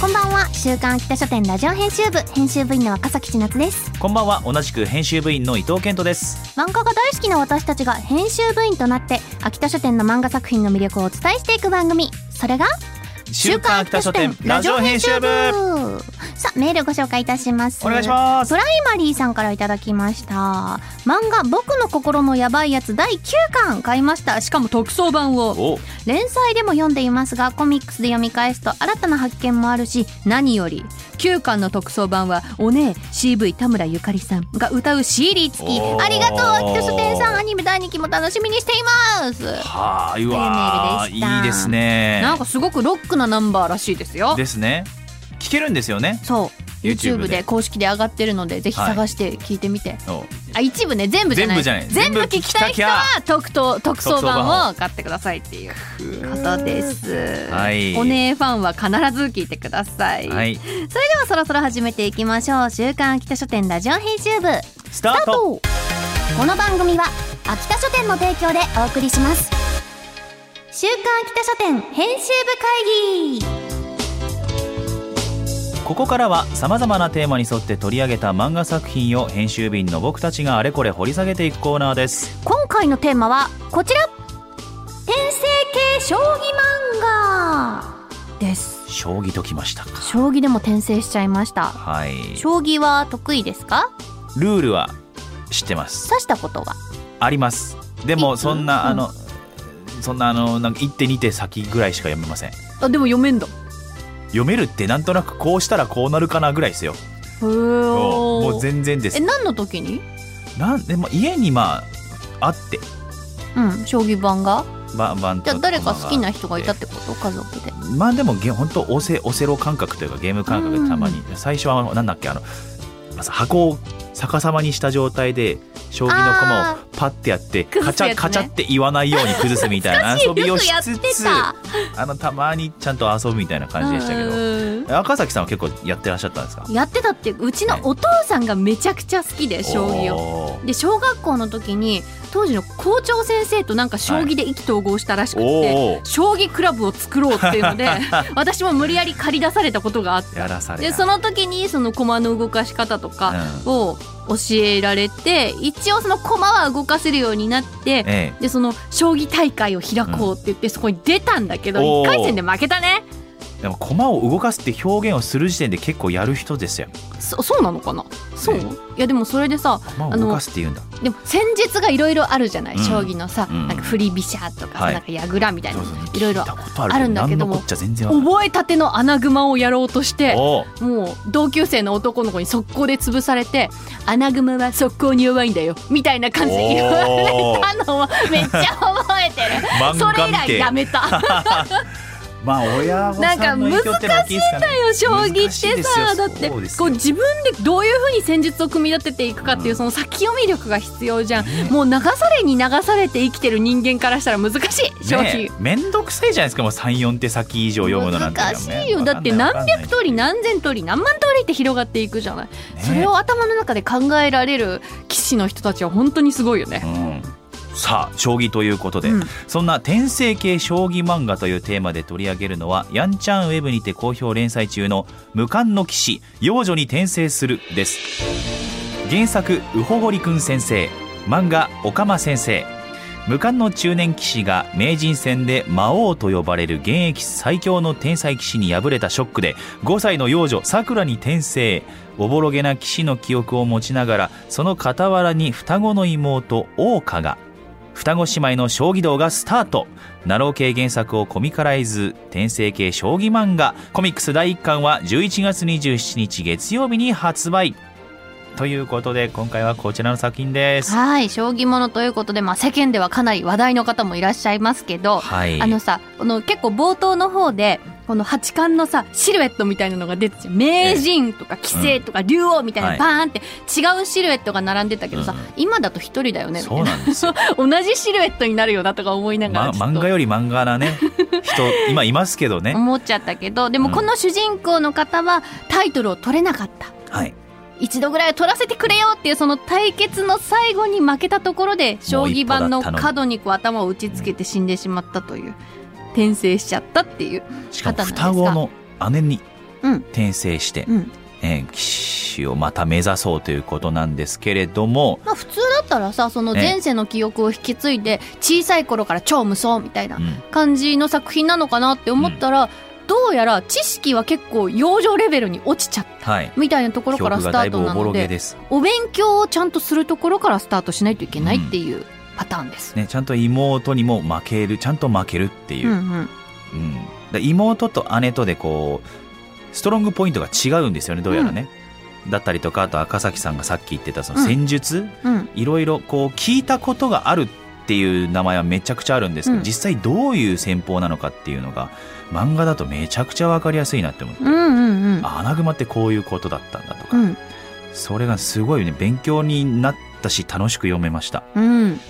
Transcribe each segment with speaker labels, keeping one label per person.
Speaker 1: こんばんは週刊秋田書店ラジオ編集部編集部員の若崎千夏です
Speaker 2: こんばんは同じく編集部員の伊藤健人です
Speaker 1: 漫画が大好きな私たちが編集部員となって秋田書店の漫画作品の魅力をお伝えしていく番組それが
Speaker 2: 週刊秋田書店ラジオ編集部
Speaker 1: さあメールご紹介いたします
Speaker 2: お願いします
Speaker 1: プライマリーさんからいただきました漫画「僕の心のやばいやつ」第9巻買いましたしかも特装版を
Speaker 2: お
Speaker 1: 連載でも読んでいますがコミックスで読み返すと新たな発見もあるし何より9巻の特装版はお姉 CV 田村ゆかりさんが歌う CD 付き
Speaker 2: おー
Speaker 1: ありがとう秋田書店さんアニメ第2期も楽しみにしています
Speaker 2: はーいうわー
Speaker 1: というメー
Speaker 2: いい
Speaker 1: ルで
Speaker 2: で
Speaker 1: した
Speaker 2: すね
Speaker 1: なんかすごくロックなナンバーらしいですよ
Speaker 2: ですね聞けるんですよね
Speaker 1: そう
Speaker 2: YouTube
Speaker 1: YouTube で公式で上がってるのでぜひ探して聞いてみて、
Speaker 2: お
Speaker 1: あ一部ね全部じゃない
Speaker 2: 全部じゃない
Speaker 1: 全部聞きたい人は特等特装
Speaker 2: 特装
Speaker 1: 版
Speaker 2: 版
Speaker 1: を買ってくださいっていうことです、
Speaker 2: はい
Speaker 1: お姉ファンは必ず聞いてください、
Speaker 2: はい
Speaker 1: それではそろそろ始めていきましょう週刊秋田書店ラジオ編集部
Speaker 2: スター
Speaker 1: スター
Speaker 2: ト
Speaker 1: トこの番組は秋田書店の提供でお送りします週刊秋田書店編集部会議
Speaker 2: ここからはさまざまなテーマに沿って取り上げた漫画作品を編集部員の僕たちがあれこれ掘り下げていくコーナーです
Speaker 1: 今回のテーマはこちら転生系将棋漫画です
Speaker 2: 将棋ときましたか
Speaker 1: 将棋でも転生しちゃいました
Speaker 2: はい
Speaker 1: 将棋は得意ですか
Speaker 2: ルールは知ってます
Speaker 1: 指したことは
Speaker 2: ありますで
Speaker 1: い
Speaker 2: も
Speaker 1: つ
Speaker 2: そ
Speaker 1: う
Speaker 2: ん
Speaker 1: ん
Speaker 2: なあのそんなあのなんか一手二手先ぐらいしか読めません
Speaker 1: あでも読めんだへ
Speaker 2: 読めるってなんとなくこうしたらこうなるかなぐらいですよ
Speaker 1: え
Speaker 2: もう全然で
Speaker 1: え
Speaker 2: す
Speaker 1: 何の時に
Speaker 2: なんでも家にまああって
Speaker 1: うん将棋盤が
Speaker 2: ばばんと
Speaker 1: じゃあ誰か好きな人がいたっ
Speaker 2: ま
Speaker 1: てこと家族で
Speaker 2: あまあでもゲ本当オセオセロ感覚というかゲーム感覚でたまに、最初はあのなんだっけあのまず箱を逆さまにした状態で将棋の
Speaker 1: あ
Speaker 2: 駒をパッてやって
Speaker 1: 崩
Speaker 2: カ
Speaker 1: す
Speaker 2: チ
Speaker 1: やつね
Speaker 2: ャ、カチャって言わないように崩すみた いな遊びをし
Speaker 1: やっ
Speaker 2: つ
Speaker 1: て
Speaker 2: つ
Speaker 1: た
Speaker 2: あのたまにちゃんと遊ぶみたいな感じでしたけど
Speaker 1: うん
Speaker 2: 赤崎さんは結構やってらっしゃったんですか
Speaker 1: やってたっていううちのお父さんがめちゃくちゃ好きで将棋を
Speaker 2: を
Speaker 1: で小学校の時に当時の校長先生となんか将棋で意気投合したらしくって、
Speaker 2: おー
Speaker 1: 将棋クラブを作ろうっていうので私も無理やり借り出されたことがあって
Speaker 2: やらされた
Speaker 1: でその時にその駒の動かし方とか
Speaker 2: うん
Speaker 1: を教えられて一応その駒は動かせるようになって
Speaker 2: え
Speaker 1: でその将棋大会を開こうって言ってそこに出たんだけど
Speaker 2: おー
Speaker 1: 1回戦で負けたね
Speaker 2: え、でも駒を動かすって表現をする時点で結構やる人ですよ
Speaker 1: そそうなのかなそうい
Speaker 2: ええ
Speaker 1: やでもそれでさ
Speaker 2: 駒を動かすって言うんだ
Speaker 1: でも戦術がいろいろあるじゃない、
Speaker 2: うん
Speaker 1: 将棋のさ、
Speaker 2: うん
Speaker 1: なんか振り飛車とかさ、
Speaker 2: はい
Speaker 1: なんか矢倉みたいな
Speaker 2: そうそう
Speaker 1: いろいろ
Speaker 2: 聞たこと
Speaker 1: あるんだけども
Speaker 2: 何のこっちゃ全然わかんない
Speaker 1: 覚えたての穴熊をやろうとして
Speaker 2: おー
Speaker 1: もう同級生の男の子に速攻で潰されて「穴熊は速攻に弱いんだよ」みたいな感じで言われたのをめっちゃ覚えてる
Speaker 2: 漫
Speaker 1: それ
Speaker 2: 画
Speaker 1: 以
Speaker 2: 見
Speaker 1: 来
Speaker 2: て
Speaker 1: やめ た
Speaker 2: まあ親御さんの影響ってのは大きいですかね
Speaker 1: 将棋って
Speaker 2: 難し
Speaker 1: さ
Speaker 2: いです
Speaker 1: だ
Speaker 2: よ
Speaker 1: って
Speaker 2: そうですよ
Speaker 1: こう自分でどういうふうに戦術を組み立てていくかっていううんその先読み力が必要じゃん、もう流されに流されて生きてる人間からしたら難しい将
Speaker 2: ね
Speaker 1: 棋。
Speaker 2: えめんどくさいじゃないですかもう34手先以上読むのなんてね
Speaker 1: 難しいよ
Speaker 2: わ
Speaker 1: だ
Speaker 2: かん
Speaker 1: っ
Speaker 2: な
Speaker 1: て
Speaker 2: わか
Speaker 1: 何
Speaker 2: んない
Speaker 1: 百通り何千通り何万通りって広がっていくじゃない、
Speaker 2: ね
Speaker 1: それを頭の中で考えられる棋士の人たちは本当にすごいよね、
Speaker 2: うんさあ将棋ということで、
Speaker 1: うん
Speaker 2: そんな転生系将棋漫画というテーマで取り上げるのはやんちゃんウェブにて好評連載中の「無冠の騎士幼女に転生する」です原作「うほごりくん先生」漫画「おかま先生」無冠の中年騎士が名人戦で魔王と呼ばれる現役最強の天才騎士に敗れたショックで5歳の幼女さくらに転生おぼろげな騎士の記憶を持ちながらその傍らに双子の妹桜花が双子姉妹の将棋道がスタートナロー系原作をコミカライズ転生系将棋漫画コミックス第1巻は11月27日月曜日に発売ということで今回はこちらの作品です。
Speaker 1: はい将棋ものということで、まあ、世間ではかなり話題の方もいらっしゃいますけど、
Speaker 2: はい、
Speaker 1: あのさこの結構冒頭の方でこの八冠のさシルエットみたいなのが出てて名人とか棋聖とか竜王みたい
Speaker 2: は
Speaker 1: ないバーンって違うシルエットが並んでたけどさ、
Speaker 2: うん
Speaker 1: 今だと一人だよねみた
Speaker 2: そ
Speaker 1: いう な
Speaker 2: なんですよ、
Speaker 1: 同じシルエットになるよなとか思いなが
Speaker 2: ま、
Speaker 1: らちょっ
Speaker 2: 漫画
Speaker 1: と
Speaker 2: より漫画なね人今いますけどね、
Speaker 1: 思っちゃったけどでも
Speaker 2: うん
Speaker 1: この主人公の方はタイトルを取れなかった。
Speaker 2: はい
Speaker 1: 一度ぐらいは取らせてくれよっていうその対決の最後に負けたところで将棋盤の角にこう頭を打ちつけて死んでしまったという転生しちゃったっていう
Speaker 2: しかも
Speaker 1: 方なんですが
Speaker 2: 双子の姉に
Speaker 1: うん
Speaker 2: 転生して、
Speaker 1: うん
Speaker 2: えー棋士をまた目指そうということなんですけれども、
Speaker 1: まあ普通だったらさその
Speaker 2: ね
Speaker 1: 前世の記憶を引き継いで小さい頃から超無双みたいな
Speaker 2: うん
Speaker 1: 感じの作品なのかなって思ったら、どうやら知識は結構養生レベルに落ちちゃった
Speaker 2: はい、
Speaker 1: みたいなところ
Speaker 2: 記
Speaker 1: から
Speaker 2: 憶
Speaker 1: ス
Speaker 2: が
Speaker 1: タ
Speaker 2: だい
Speaker 1: ート
Speaker 2: ぶお
Speaker 1: な
Speaker 2: ぼ
Speaker 1: の
Speaker 2: ろげ
Speaker 1: で
Speaker 2: です。
Speaker 1: お勉強をちゃんとするところからスタートしないといけないっていうパターンです。
Speaker 2: ね、ちゃんと妹にも負けるちゃんと負けるっていう、
Speaker 1: う
Speaker 2: うんん
Speaker 1: うん、
Speaker 2: だ妹と姉とでこうストロングポイントが違うんですよねどうやらね。だったりとかあと赤崎さんがさっき言ってたその
Speaker 1: うん
Speaker 2: 戦術、
Speaker 1: うん
Speaker 2: いろいろこう聞いたことがあるっていう名前はめちゃくちゃあるんですけど、
Speaker 1: うん
Speaker 2: 実際どういう戦法なのかっていうのが漫画だとめちゃくちゃ分かりやすいなって思って、
Speaker 1: うんうんうん
Speaker 2: あアナグマってこういうことだったんだとか、
Speaker 1: うん
Speaker 2: それがすごいね勉強になったし楽しく読めました、
Speaker 1: うん
Speaker 2: うん、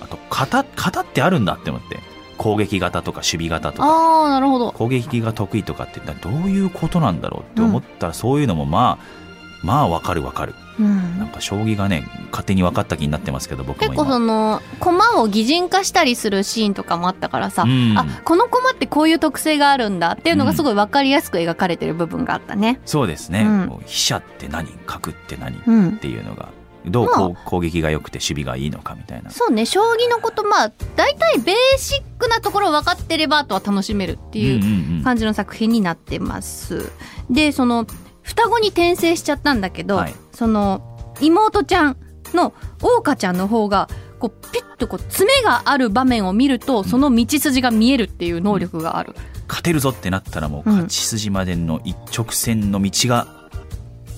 Speaker 2: あと型型ってあるんだって思って攻撃型とか守備型とか
Speaker 1: ああなるほど
Speaker 2: 攻撃が得意とかってだからどういうことなんだろうって思ったら、そういうのもまあまあ分かる分かる
Speaker 1: う
Speaker 2: なん
Speaker 1: ん
Speaker 2: か将棋がね勝手に分かった気になってますけど僕も今
Speaker 1: 結構その駒を擬人化したりするシーンとかもあったからさ、
Speaker 2: うん
Speaker 1: あこの駒ってこういう特性があるんだっていうのがすごい分かりやすく描かれてる部分があったね。
Speaker 2: そうですね、
Speaker 1: うん
Speaker 2: こう飛車って何角って何っ
Speaker 1: うん
Speaker 2: ていうのがどう
Speaker 1: まあ
Speaker 2: こう攻撃が良くて守備がいいのかみたいな
Speaker 1: そうね将棋のことまあ大体ベーシックなところ分かってればあとは楽しめるっていう
Speaker 2: うんうんうん
Speaker 1: 感じの作品になってます。でその双子に転生しちゃったんだけど、
Speaker 2: はい
Speaker 1: その妹ちゃんの桜花ちゃんの方がこうピッとこう爪がある場面を見るとその道筋が見えるっていう能力がある。
Speaker 2: 勝てるぞってなったらもう
Speaker 1: うん
Speaker 2: 勝ち筋までの一直線の道が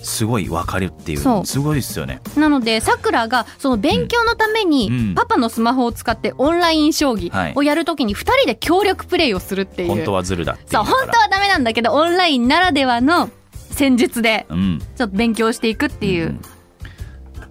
Speaker 2: すごい分かるっていう
Speaker 1: そう
Speaker 2: すごいですよね
Speaker 1: なのでさくらがその勉強のため
Speaker 2: うんう
Speaker 1: に
Speaker 2: ん
Speaker 1: パパのスマホを使ってオンライン将
Speaker 2: はい
Speaker 1: 棋をやるときに2人で協力プレイをするっていう。
Speaker 2: 本当はズルだっていう
Speaker 1: そう本当はダメなんだけどオンラインならではの戦術で
Speaker 2: 当うんっ
Speaker 1: ちょっと勉強していくっていう、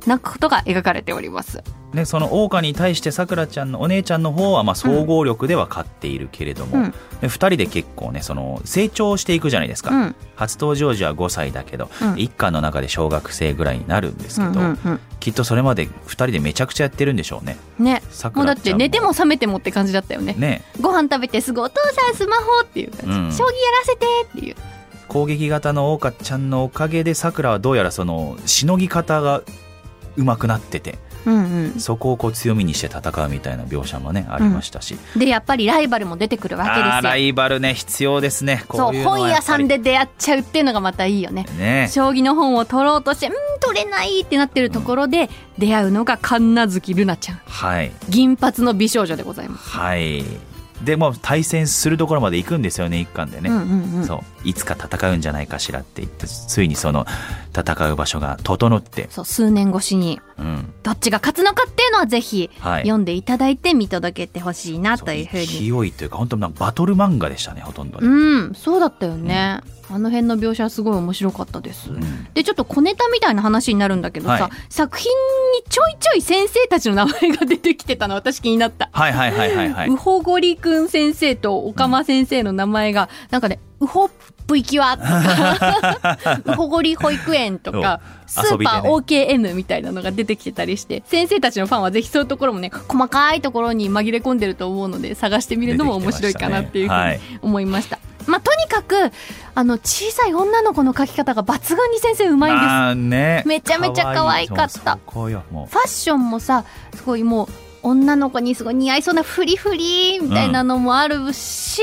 Speaker 1: なんかことが描かれております。
Speaker 2: でその桜花に対してさくらちゃんのお姉ちゃんの方はまあ総合力では勝っているけれども、
Speaker 1: うん
Speaker 2: で2人で結構ねその成長していくじゃないですか、
Speaker 1: うん
Speaker 2: 初登場時は5歳だけど、
Speaker 1: うん
Speaker 2: 一家の中で小学生ぐらいになるんですけど、
Speaker 1: うんうん
Speaker 2: きっとそれまで2人でめちゃくちゃやってるんでしょうね
Speaker 1: うんね
Speaker 2: さく
Speaker 1: もうだ
Speaker 2: ら
Speaker 1: って
Speaker 2: ちゃん
Speaker 1: 寝ても覚めてもって感じだったよね
Speaker 2: ね
Speaker 1: ご飯食べてすぐ「お父さんスマホ」っていう感じ、
Speaker 2: うん
Speaker 1: 将棋やらせてっていう
Speaker 2: 攻撃型の桜花ちゃんのおかげでさくらはどうやらそのしのぎ方がうまくなってて
Speaker 1: うん
Speaker 2: そこをこう強みにして戦うみたいな描写もねありましたし、
Speaker 1: うんでやっぱりライバルも出てくるわけ
Speaker 2: あーラ
Speaker 1: ですよ
Speaker 2: イバルね必要ですねこ
Speaker 1: そう
Speaker 2: いうのは
Speaker 1: 本
Speaker 2: や
Speaker 1: 屋
Speaker 2: っぱ
Speaker 1: さ
Speaker 2: り
Speaker 1: んで出会っちゃうっていうのがまたいいよね
Speaker 2: ね
Speaker 1: 将棋の本を取ろうとして「うん取れない」ってなってるところで出会うのが神奈月ルナちゃん
Speaker 2: はい
Speaker 1: 銀髪の美少女でございます、
Speaker 2: はいでもう対戦するところまで行くんですよね一巻でね、
Speaker 1: うんうんうん、
Speaker 2: そういつか戦うんじゃないかしらって言ってついにその戦う場所が整って、
Speaker 1: そう数年越しに
Speaker 2: うん
Speaker 1: どっちが勝つのかっていうのはぜひ
Speaker 2: はい、
Speaker 1: 読んでいただいて見届けてほしいな
Speaker 2: そう
Speaker 1: というふうに
Speaker 2: 勢いというか本当なんかバトル漫画でしたねほとんどね、
Speaker 1: うんそうだったよね、あの辺の描写はすごい面白かったです、
Speaker 2: うん
Speaker 1: でちょっと小ネタみたいな話になるんだけどさ、
Speaker 2: はい
Speaker 1: 作品にちょいちょい先生たちの名前が出てきてたの私気になった
Speaker 2: はいはいはいはいはいう
Speaker 1: ほごりくん先生とおかま先生の名前が、なんかね、うほっぷいきわと か、うほごり保育園とか、ス
Speaker 2: そう遊
Speaker 1: ー
Speaker 2: びでね
Speaker 1: パー OKN みたいなのが出てきてたりして、先生たちのファンはぜひそういうところもね、細かいところに紛れ込んでると思うので、探してみるのも面白いかなっていうふう
Speaker 2: はい
Speaker 1: に思いました。まあ、とにかく、あの、小さい女の子の描き方が抜群に先生うまいんです。
Speaker 2: あーね
Speaker 1: めちゃめちゃ可愛かった
Speaker 2: そうそうこうよも
Speaker 1: ファッションもさすごいもう女の子にすごい似合いそうなフリフリみたいなのもあるし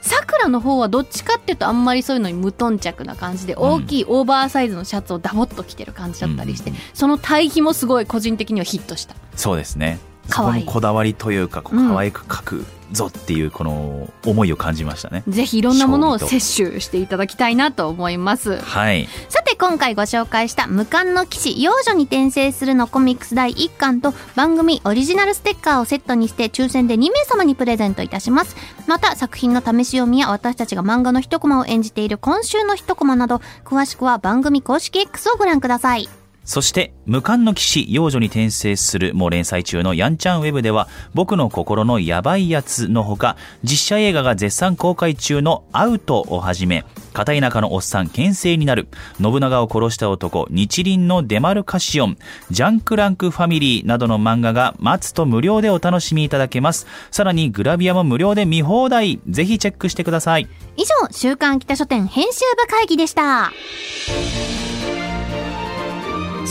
Speaker 1: さくらの方はどっちかっていうとあんまりそういうのに無頓着な感じで大きいオーバーサイズのシャツをダボっと着てる感じだったりして、
Speaker 2: うん
Speaker 1: その対比もすごい個人的にはヒットした。
Speaker 2: うそうですねそ
Speaker 1: 可
Speaker 2: こ
Speaker 1: 愛い
Speaker 2: にこだわりというかこう
Speaker 1: うん
Speaker 2: 可愛く描くぞっていうこの思いを感じましたね、
Speaker 1: ぜひいろんなものを
Speaker 2: 勝利
Speaker 1: 摂取していただきたいなと思います。
Speaker 2: はい
Speaker 1: さて今回ご紹介した「無冠の騎士幼女に転生する」のコミックス第1巻と番組オリジナルステッカーをセットにして抽選で2名様にプレゼントいたしますまた作品の試し読みや私たちが漫画の一コマを演じている今週の一コマなど詳しくは番組公式 X をご覧ください
Speaker 2: そして、無冠の騎士、幼女に転生する、もう連載中のヤンチャンウェブでは、僕の心のヤバいやつのほか、実写映画が絶賛公開中のアウトをはじめ、片田舎のおっさん、牽制になる、信長を殺した男、日輪のデマルカシオン、ジャンクランクファミリーなどの漫画が、待つと無料でお楽しみいただけます。さらに、グラビアも無料で見放題。ぜひチェックしてください。
Speaker 1: 以上「週刊北書店編集部会議」でした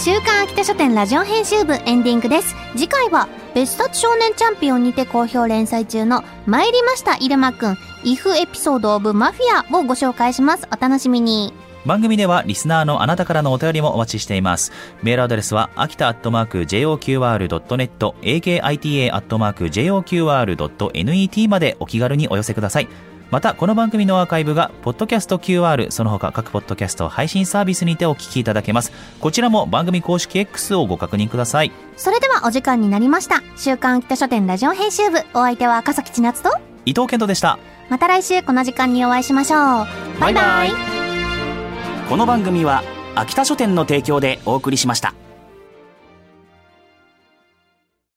Speaker 1: 週刊秋田書店ラジオ編集部エンディングです次回は別冊少年チャンピオンにて好評連載中の参りました入間くん IF エピソードオブマフィアをご紹介しますお楽しみに
Speaker 2: 番組ではリスナーのあなたからのお便りもお待ちしていますメールアドレスは秋田アットマーク JOQR.net akita アットマーク JOQR.net までお気軽にお寄せくださいまたこの番組のアーカイブがポッドキャスト QR その他各ポッドキャスト配信サービスにてお聞きいただけますこちらも番組公式 X をご確認ください
Speaker 1: それではお時間になりました週刊秋田書店ラジオ編集部お相手は赤崎千夏と
Speaker 2: 伊藤健人でした
Speaker 1: また来週この時間にお会いしましょうバイバイ
Speaker 3: この番組は秋田書店の提供でお送りしました。